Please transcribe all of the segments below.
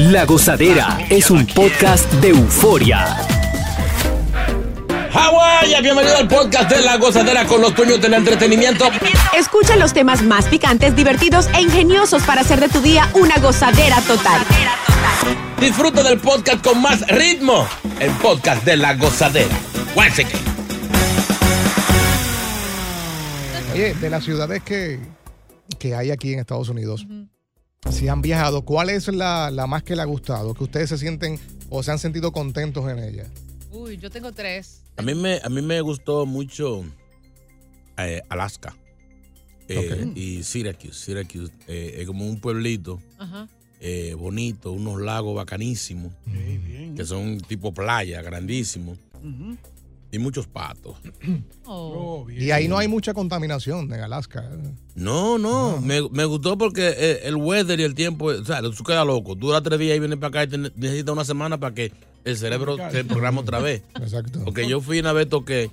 La Gozadera es un podcast de euforia. Hawái, bienvenido al podcast de La Gozadera con los dueños del entretenimiento. Escucha los temas más picantes, divertidos e ingeniosos para hacer de tu día una gozadera total. Disfruta del podcast con más ritmo. El podcast de La Gozadera. Guáseque. Oye, de las ciudades que, que hay aquí en Estados Unidos, si han viajado, ¿cuál es la, la más que le ha gustado? Que ustedes se sienten o se han sentido contentos en ella. Uy, yo tengo tres. A mí me, a mí me gustó mucho eh, Alaska. Eh, Y Syracuse. Syracuse eh, es como un pueblito Ajá. eh, bonito, unos lagos bacanísimos. Que son tipo playa, grandísimos. Y muchos patos. Oh. Y ahí no hay mucha contaminación en Alaska. ¿eh? No, no, Me, me gustó porque eh, el weather y el tiempo, o sea, tú quedas loco. Dura tres días y vienes para acá y te ne- necesitas una semana para que el cerebro se programe otra vez. Exacto. Porque yo fui una vez toqué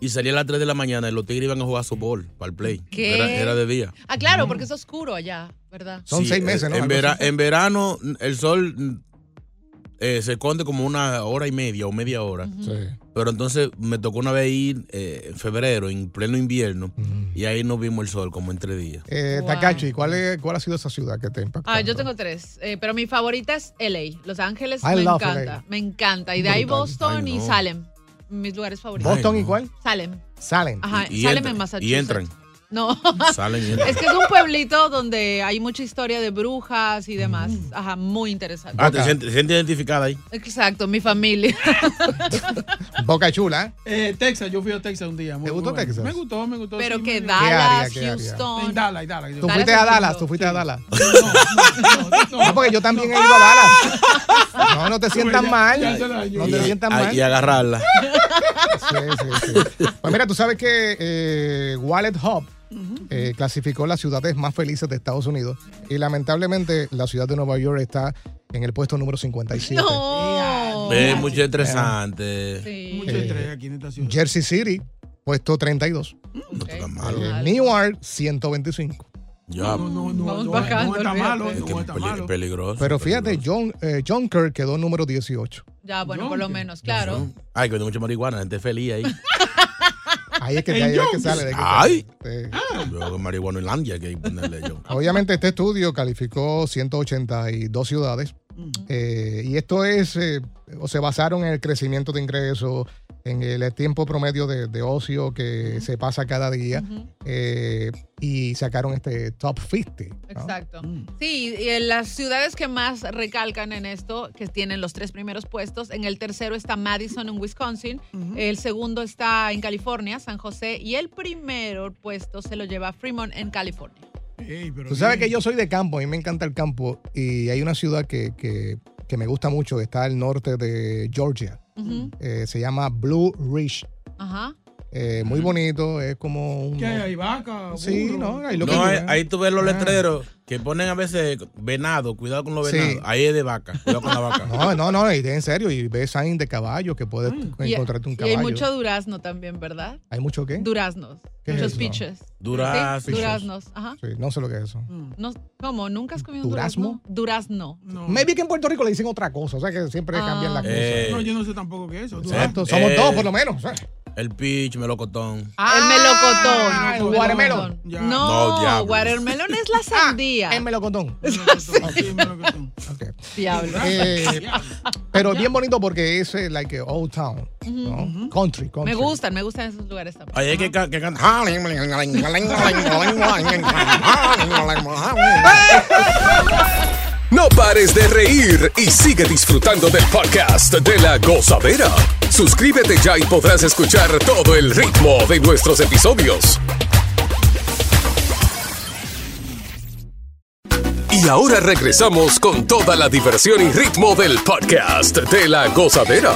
y salí a las 3 de la mañana y los tigres iban a jugar softball para el play. ¿Qué? Era, era de día. Ah, claro, Mm. porque es oscuro allá, ¿verdad? Son Sí, seis meses, en- ¿no? En, Algo vera- así. en verano mm, el sol mm, eh, se esconde como una hora y media o media hora. Sí. Pero entonces me tocó una vez ir eh, en febrero, en pleno invierno, y ahí no vimos el sol como en tres días. Eh, Wow. Takachi, ¿cuál, es- ¿cuál ha sido esa ciudad que te impactó? Ah, yo tengo tres, eh, pero mi favorita es LA, Los Ángeles, I me love encanta, LA. me encanta. Y de ahí Brutal. Boston Ay, y no. Salem, mis lugares favoritos. ¿Boston Ay, y no. cuál? Salem, Salem. ajá, Y- y Salem entran, en Massachusetts. Y entran, No, salen y entran. es que es un pueblito donde hay mucha historia de brujas y demás. Mm. Ajá, muy interesante. Ah, te sientes te sientes identificada ahí. Exacto, mi familia. Boca Chula, ¿eh? Eh, Texas, yo fui a Texas un día. muy ¿Te gustó bueno. Texas? Me gustó, me gustó. Pero sí, que me- Dallas, ¿Qué área, qué área? En Houston. Dallas, en Dallas. yo- Tú Dallas fuiste es a lindo, Dallas, tú fuiste a sí. Dallas. No, no, no, No, Ah, porque yo también he ido a Dallas. No, no te sientas ya- mal. ya se la ayudé. No te Y- sientas ah, mal. y agarrarla. Sí, sí, sí. Pues mira, tú sabes que eh, Wallet Hub eh, clasificó las ciudades más felices de Estados Unidos y lamentablemente la ciudad de Nueva York está en el puesto número 57. No. Es mucho estresante. Sí. Eh, Mucho estrés aquí en esta ciudad. Jersey City, puesto 32. No está tan malo. Eh, Newark, 125. Ya, No, no, no, Vamos no, bajando, no está malo, es ah, que no es está peli- malo. peligroso. Pero fíjate, peligroso. John, eh, John Kerr quedó número 18. Ya, bueno, por lo Yonke. menos, claro. Ay, que vende mucha marihuana, gente feliz ahí. Ahí es que, En ahí es que Yonkers. sale. de que Ay. sale. Sí. Yo que marihuana Islandia que hay que ponerle yo. Obviamente este estudio calificó 182 ciudades eh, y esto es, eh, o se basaron en el crecimiento de ingresos, en el tiempo promedio de, de ocio que se pasa cada día eh, y sacaron este top 50. ¿no? Exacto. Mm. Mm, Sí, y en las ciudades que más recalcan en esto, que tienen los tres primeros puestos, en el tercero está Madison en Wisconsin, mm. el segundo está en California, San José, y el primero puesto se lo lleva Fremont en California. Ey, pero Tú sabes bien. que yo soy de campo, a mí me encanta el campo y hay una ciudad que, que- que me gusta mucho, está al norte de Georgia, Ujú, eh, se llama Blue Ridge, Ajá. eh, muy bonito, es como un... ¿Qué hay? ¿Vaca? Sí, burro? no, hay lo que No, tú ahí, veas. ahí tú ves los Ah. letreros que ponen a veces venado, cuidado con los Sí. venados. Ahí es de vaca, cuidado con la vaca. No, no, no, y de- en serio, y ves sign de caballo que puedes Y- encontrarte un Y caballo. hay mucho durazno también, ¿verdad? ¿Hay mucho qué? Duraznos. ¿Qué es muchos eso? peaches. Duraznos. Sí, Duraznos. Ajá. Sí, no sé lo que es eso. Mm. No, ¿Cómo? ¿Nunca has comido un ¿Durazno? durazno? Durazno. No. Maybe que en Puerto Rico le dicen otra cosa, o sea que siempre Ah. cambian la cosa. Eh, No, yo no sé tampoco qué es eso. ¿Tú sabes? Exacto, somos eh. dos por lo menos. o sea. El pitch, melocotón. el Ah, melocotón. Ah, el watermelon. Ya. No, No, diablo. watermelon es la sandía. El melocotón. Me lo que son, sí, me lo que son. Ok. Diablo. Eh, Ah, pero bien bonito porque es eh, like eh, old town, ¿no? country, country. Me gustan, me gustan esos lugares también. Ahí es que, ca- que canta. No pares de reír y sigue disfrutando del podcast de La Gozadera. Suscríbete ya y podrás escuchar todo el ritmo de nuestros episodios. Y ahora regresamos con toda la diversión y ritmo del podcast de La Gozadera.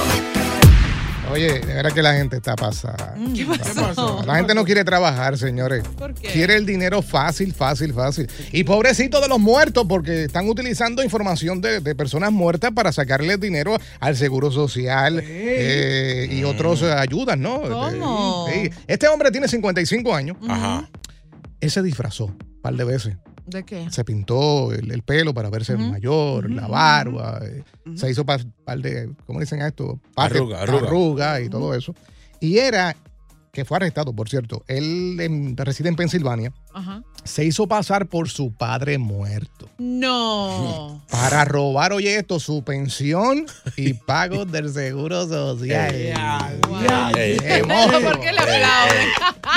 Oye, de verdad que la gente está pasada. ¿Qué ¿Qué pasó? pasó? La gente no quiere trabajar, señores. ¿Por qué? Quiere el dinero fácil, fácil, fácil. Y pobrecito de los muertos, porque están utilizando información de, de personas muertas para sacarle dinero al seguro social eh, y otros eh, ayudas, ¿no? ¿Cómo? Sí. Este hombre tiene 55 años. Ajá. Él se disfrazó un par de veces ¿De qué? Se pintó el, el pelo para verse Ujú. mayor, la barba, eh, se hizo pa- par de, ¿cómo dicen a esto? Partes, Arruga, arruga. arruga y todo eso. Y era, que fue arrestado, por cierto, él em, reside en Pensilvania, Ajá. se hizo pasar por su padre muerto No. Ah. para robar, oye esto, su pensión y pagos del seguro social. Ey, ey, ¿Por qué le eh, aplauden?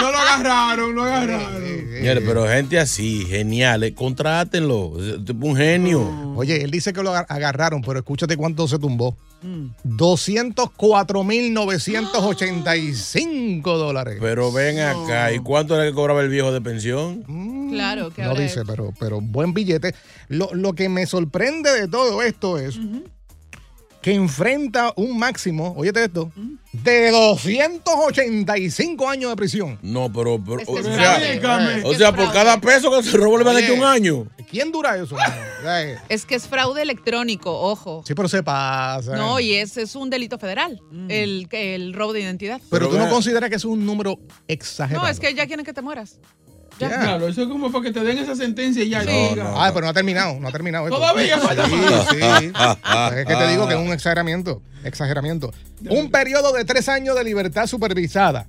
No lo agarraron, lo Eh, agarraron. señores, pero gente así, geniales, contrátenlo. es tipo Un genio. Oye, él dice que lo agar- agarraron, pero escúchate cuánto se tumbó. Mm. 204.985 dólares. Pero ven acá, ¿y cuánto era que cobraba el viejo de pensión? Claro, que No ahora dice, es- pero, pero buen billete. Lo, lo que me sorprende de todo esto es que enfrenta un máximo, óyete esto, de 285 años de prisión. No, pero. pero- Es que o, es sea, Explícame. o sea, por cada peso que se robó le van a Oye. echar un año. ¿Quién dura eso? mano? O sea, eh, Es que es fraude electrónico, ojo. sí, pero se pasa. No, y ese es un delito federal, el, el robo de identidad. Pero tú Pero no vea. consideras que es un número exagerado. No, es que ya quieren que te mueras. Ya. Claro, eso es como para que te den esa sentencia y ya No, llega. no. Ah, pero no ha terminado, no ha terminado. esto. Todavía falta más. Sí, sí. Es que te digo que es un exageramiento, exageramiento. Un periodo de tres años de libertad supervisada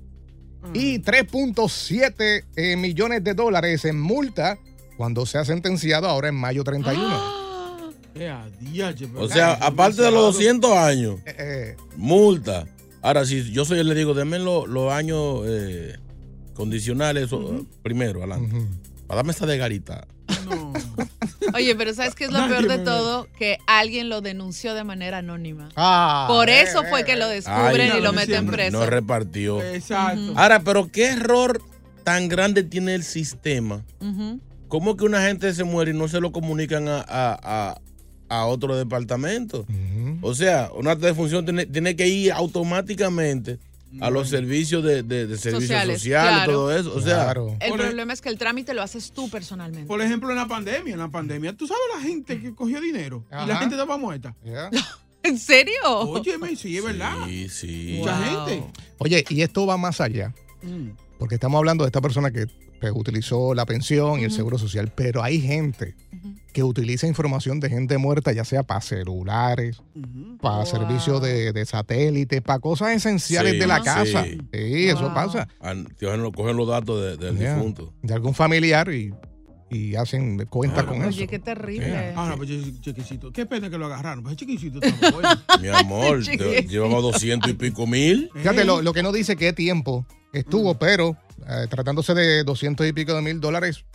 Mm. y 3.7 eh, millones de dólares en multa cuando sea sentenciado ahora en mayo Ah. 31. Ea, Eh, diache, pero O sea, claro, aparte de los 200 años, Eh, eh, multa. Ahora, si yo soy, le digo, denme lo- los años eh, condicionales o- primero, adelante. ujú. Para darme esa de garita. no. Oye, pero ¿sabes qué es lo Nadie peor de me ve. todo? Que alguien lo denunció de manera anónima. Ah, Por eh, eso eh, fue que eh. lo descubren Ay, y lo no, meten siempre. preso. No repartió. Exacto. Ahora, pero qué error tan grande tiene el sistema. Ujú. ¿Cómo que una gente se muere y no se lo comunican a, a- a- a otro departamento? Ujú. O sea, una defunción tiene, tiene que ir automáticamente a los servicios de, de- de servicios Sociales, sociales, claro. todo eso. O sea, Claro. El Por el- e problema es que el trámite lo haces tú personalmente. Por ejemplo, en la pandemia, en la pandemia, tú sabes la gente que cogió dinero y la Ajá. Oh. gente estaba muerta. Ya. ¿En serio? Óyeme, sí, es verdad. sí, sí. Mucha Wow. gente. Oye, y esto va más allá, Mm. porque estamos hablando de esta persona que pues, utilizó la pensión y el seguro social, pero hay gente que utiliza información de gente muerta, ya sea para celulares, Ujú. para servicios de, de satélite, para cosas esenciales Sí, de la sí. casa. Sí, eso Wow. pasa. An- Cogen, los- Ah, cogen los datos de- del Ya. difunto. De algún familiar y, y hacen cuenta con Oye, eso. qué eh, terrible. Ah, no, pues che- chequecito. Qué pena que lo agarraron. Pues chiquisito estaba bueno. Mi amor, te- Chiquito. llevamos 200 y pico mil. Fíjate, lo, lo que no dice qué tiempo estuvo, Mm. pero eh, tratándose de 200 y pico de mil dólares,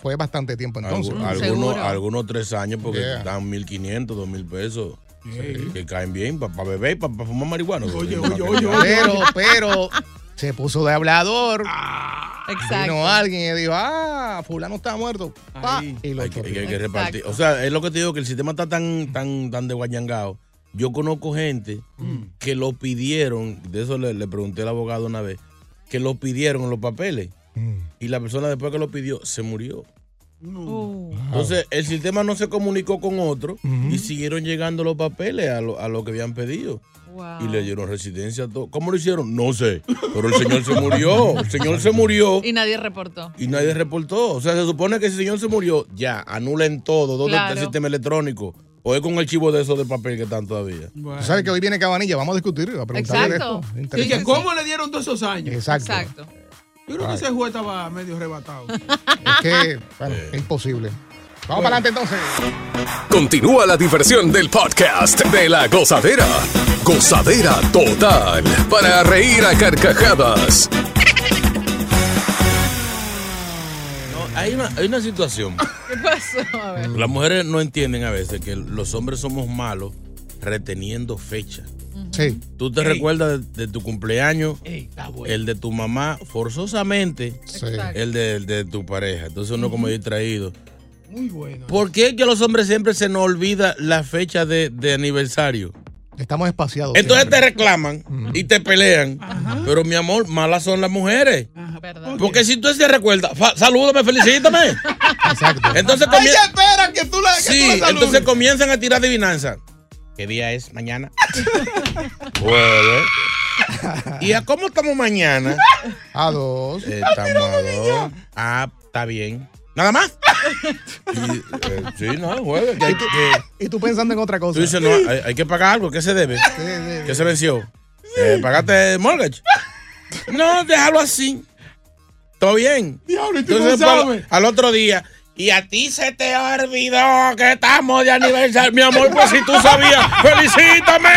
fue bastante tiempo entonces. Algu- algunos, seguro. algunos tres años porque Yeah. dan 1500, 2000 pesos. eh, Que caen bien para beber y para fumar marihuana. Sí, Oye, oye, pa' oye, que- oye. Pero, pero, se puso de hablador. Vino Exacto. alguien y dijo, ah, fulano está muerto. Pa, Ahí. y lo Hay que, hay que- hay torció. que Exacto. repartir. O sea, es lo que te digo, que el sistema está tan, tan, tan de guayangao. Yo conozco gente que lo pidieron, de eso le, le pregunté al abogado una vez, que lo pidieron en los papeles. Mm. Y la persona después que lo pidió se murió. No. Uh, Entonces, el sistema no se comunicó con otro y siguieron llegando los papeles a lo, a lo que habían pedido. wow. Y le dieron residencia a todo. ¿Cómo lo hicieron? No sé. Pero el señor se murió. El señor se murió. Y nadie reportó. Y nadie reportó. O sea, se supone que si el señor se murió, ya, anulen todo, todo Claro. el sistema electrónico. O es con el chivo de esos de papel que están todavía. Tú sabes que hoy viene Cabanilla, vamos a discutir, a preguntarle Exacto. de esto. Y Interesante. que cómo le dieron todos esos años. Exacto. Exacto. Yo creo que ese juez estaba medio arrebatado. Es que, bueno, es imposible. Vamos para adelante entonces. Continúa la diversión del podcast de la gozadera. Gozadera total. Para reír a carcajadas. No, hay, una, hay una situación. ¿Qué pasó? A ver. Las mujeres no entienden a veces que los hombres somos malos reteniendo fechas. Sí. Tú te recuerdas de, de tu cumpleaños, Ey, está bueno. el de tu mamá, forzosamente, sí. Exacto. el de, el de tu pareja. Entonces uno como distraído. Eh, Muy bueno. ¿Por qué es que a los hombres siempre se nos olvida la fecha de, de aniversario? Estamos espaciados. Entonces te siempre. reclaman y te pelean. Pero mi amor, malas son las mujeres. Ajá. Verdad. Oye, Porque si tú te recuerdas, fa- salúdame, felicítame. Exacto. Entonces Ay, comienzan. espera que tú la que tú la Sí, saludes. entonces comienzan a tirar adivinanza. ¿Qué día es? Mañana. Jueves. ¿Y a cómo estamos mañana? A dos. Eh, Estamos a dos. Ah, está bien. ¿Nada más? Y, eh, sí, no, jueves. que hay que- Y tú pensando en otra cosa. tú dices, no, hay, hay que pagar algo. ¿Qué se debe? Sí, sí. ¿Qué se venció? Eh, ¿Pagaste el mortgage? No, déjalo así. ¿Todo bien? Diablo, y tú Entonces, no pues, sabes. al otro día, y a ti se te olvidó que estamos de aniversario. Mi amor, pues si tú sabías, felicítame.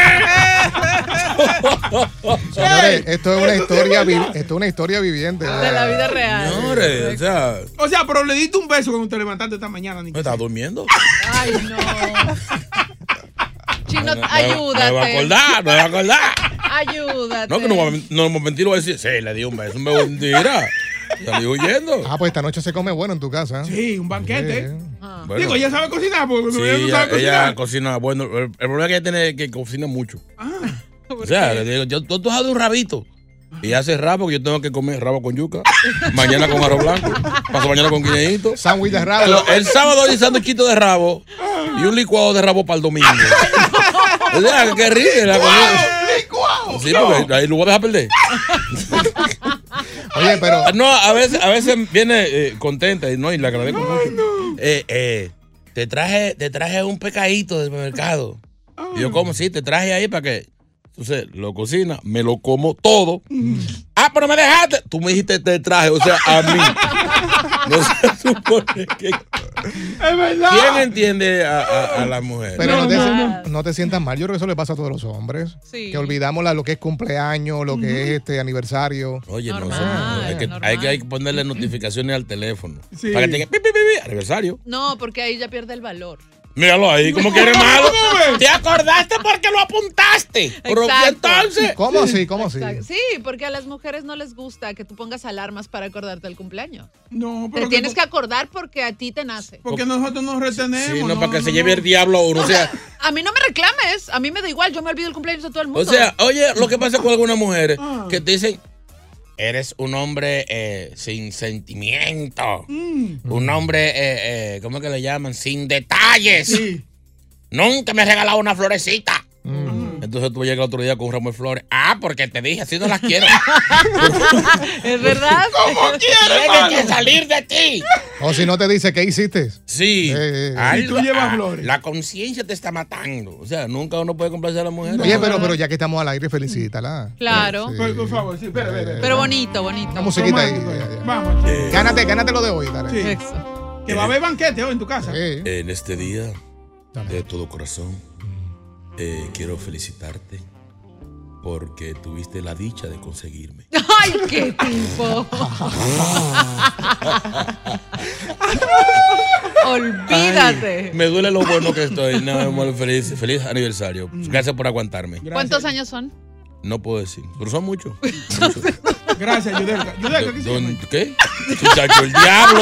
Señores, esto es una historia, vi- esto es una historia viviente. De la vida real. Señores, o sea, O sea, pero le diste un beso cuando te levantaste esta mañana. Ni ¿me estás durmiendo? Ay, no. Chino, No, ayúdate. No me va a acordar, no me va a acordar. Ayúdate. No, que no, va a men- no me mentir, voy a decir, sí, le di un beso, me mentira. ah. Salí huyendo. Ah, pues esta noche se come bueno en tu casa. ¿eh? Sí, un Sí. banquete. Bueno, Ah. Digo, ella sabe cocinar, porque sí, ella no ella, sabe cocinar. ella cocina, bueno, el, el problema que ella tiene es que cocina mucho. Ah, O sea, le digo, yo, tú, tú has de un rabito. Y hace rabo que yo tengo que comer rabo con yuca. mañana con arroz blanco. Paso mañana con guineíto. Sándwich de rabo. Pero el sábado hay sanduchito de rabo y un licuado de rabo para el domingo. O sea, qué rico la comida. ¡Licuado! Sí, porque ahí lo voy a dejar perder. Oye, pero Ah, No, a veces, a veces viene eh, contenta y no, y le agradezco mucho. Eh, eh, te traje, te traje un pecadito del supermercado. Y yo como, sí, te traje ahí para que. Entonces, lo cocina, me lo como todo. Ah, pero me dejaste. Tú me dijiste te traje, o sea, a mí. No se supone que. ¡Es verdad! ¿Quién entiende a, a- a las mujeres? Pero no, te, Normal. no te sientas mal, yo creo que eso le pasa a todos los hombres. Sí. Que olvidamos la- lo que es cumpleaños, lo que es este aniversario. Oye, no, Normal, eso no, hay, que, normal. hay que- hay que ponerle notificaciones al teléfono. Sí. Para que tenga pi, pi, pi, pi, aniversario. No, porque ahí ya pierde el valor. Míralo ahí, como quiere malo. ¿Cómo ves? Te acordaste porque lo apuntaste. Pero ¿y Exacto. entonces. ¿Cómo así? Oh, ¿Cómo así? Exacto. Sí, porque a las mujeres no les gusta que tú pongas alarmas para acordarte del cumpleaños. No, pero Te tienes que acordar porque a ti te nace. Porque nosotros nos retenemos. Sí, no, para que se no. lleve el diablo a uno. O sea, A mí no me reclames, a mí me da igual, yo me olvido el cumpleaños de todo el o mundo. sea, oye, lo que pasa con algunas mujeres Ah. que te dicen. Eres un hombre eh, sin sentimiento. Mm. Un hombre, eh, eh, ¿cómo es que le llaman? Sin detalles. Sí. Mm. Nunca me has regalado una florecita. Entonces tú llegas el otro día con un ramo de flores. Ah, porque te dije, así no las quiero. ¿Es verdad? Tienen que salir de ti. O si no te dice, ¿qué hiciste? Sí. Eh, Y tú llevas flores. La conciencia te está matando. O sea, nunca uno puede complacer a la mujer. Oye, pero, pero ya que estamos al aire, felicítala. Claro. Sí. Por, por favor, sí, espera, espera. Pero bonito, bonito. Una musiquita ahí. Romántico, ya, ya. Vamos, che. Gánate, gánate lo de hoy, dale. Sí. Eso. que va a haber banquete hoy en tu casa. Sí. En este día, Dale. Mm. de todo corazón, eh, quiero felicitarte porque tuviste la dicha de conseguirme. Ay, qué tipo. Olvídate. Me duele lo bueno que estoy. No, mi amor, feliz, feliz aniversario. Mm. Gracias por aguantarme. ¿Cuántos años son? No puedo decir, pero son muchos. Gracias, Yudelka. Yudelka, ¿qué se Don- llama? ¿Qué? Muchacho, el diablo.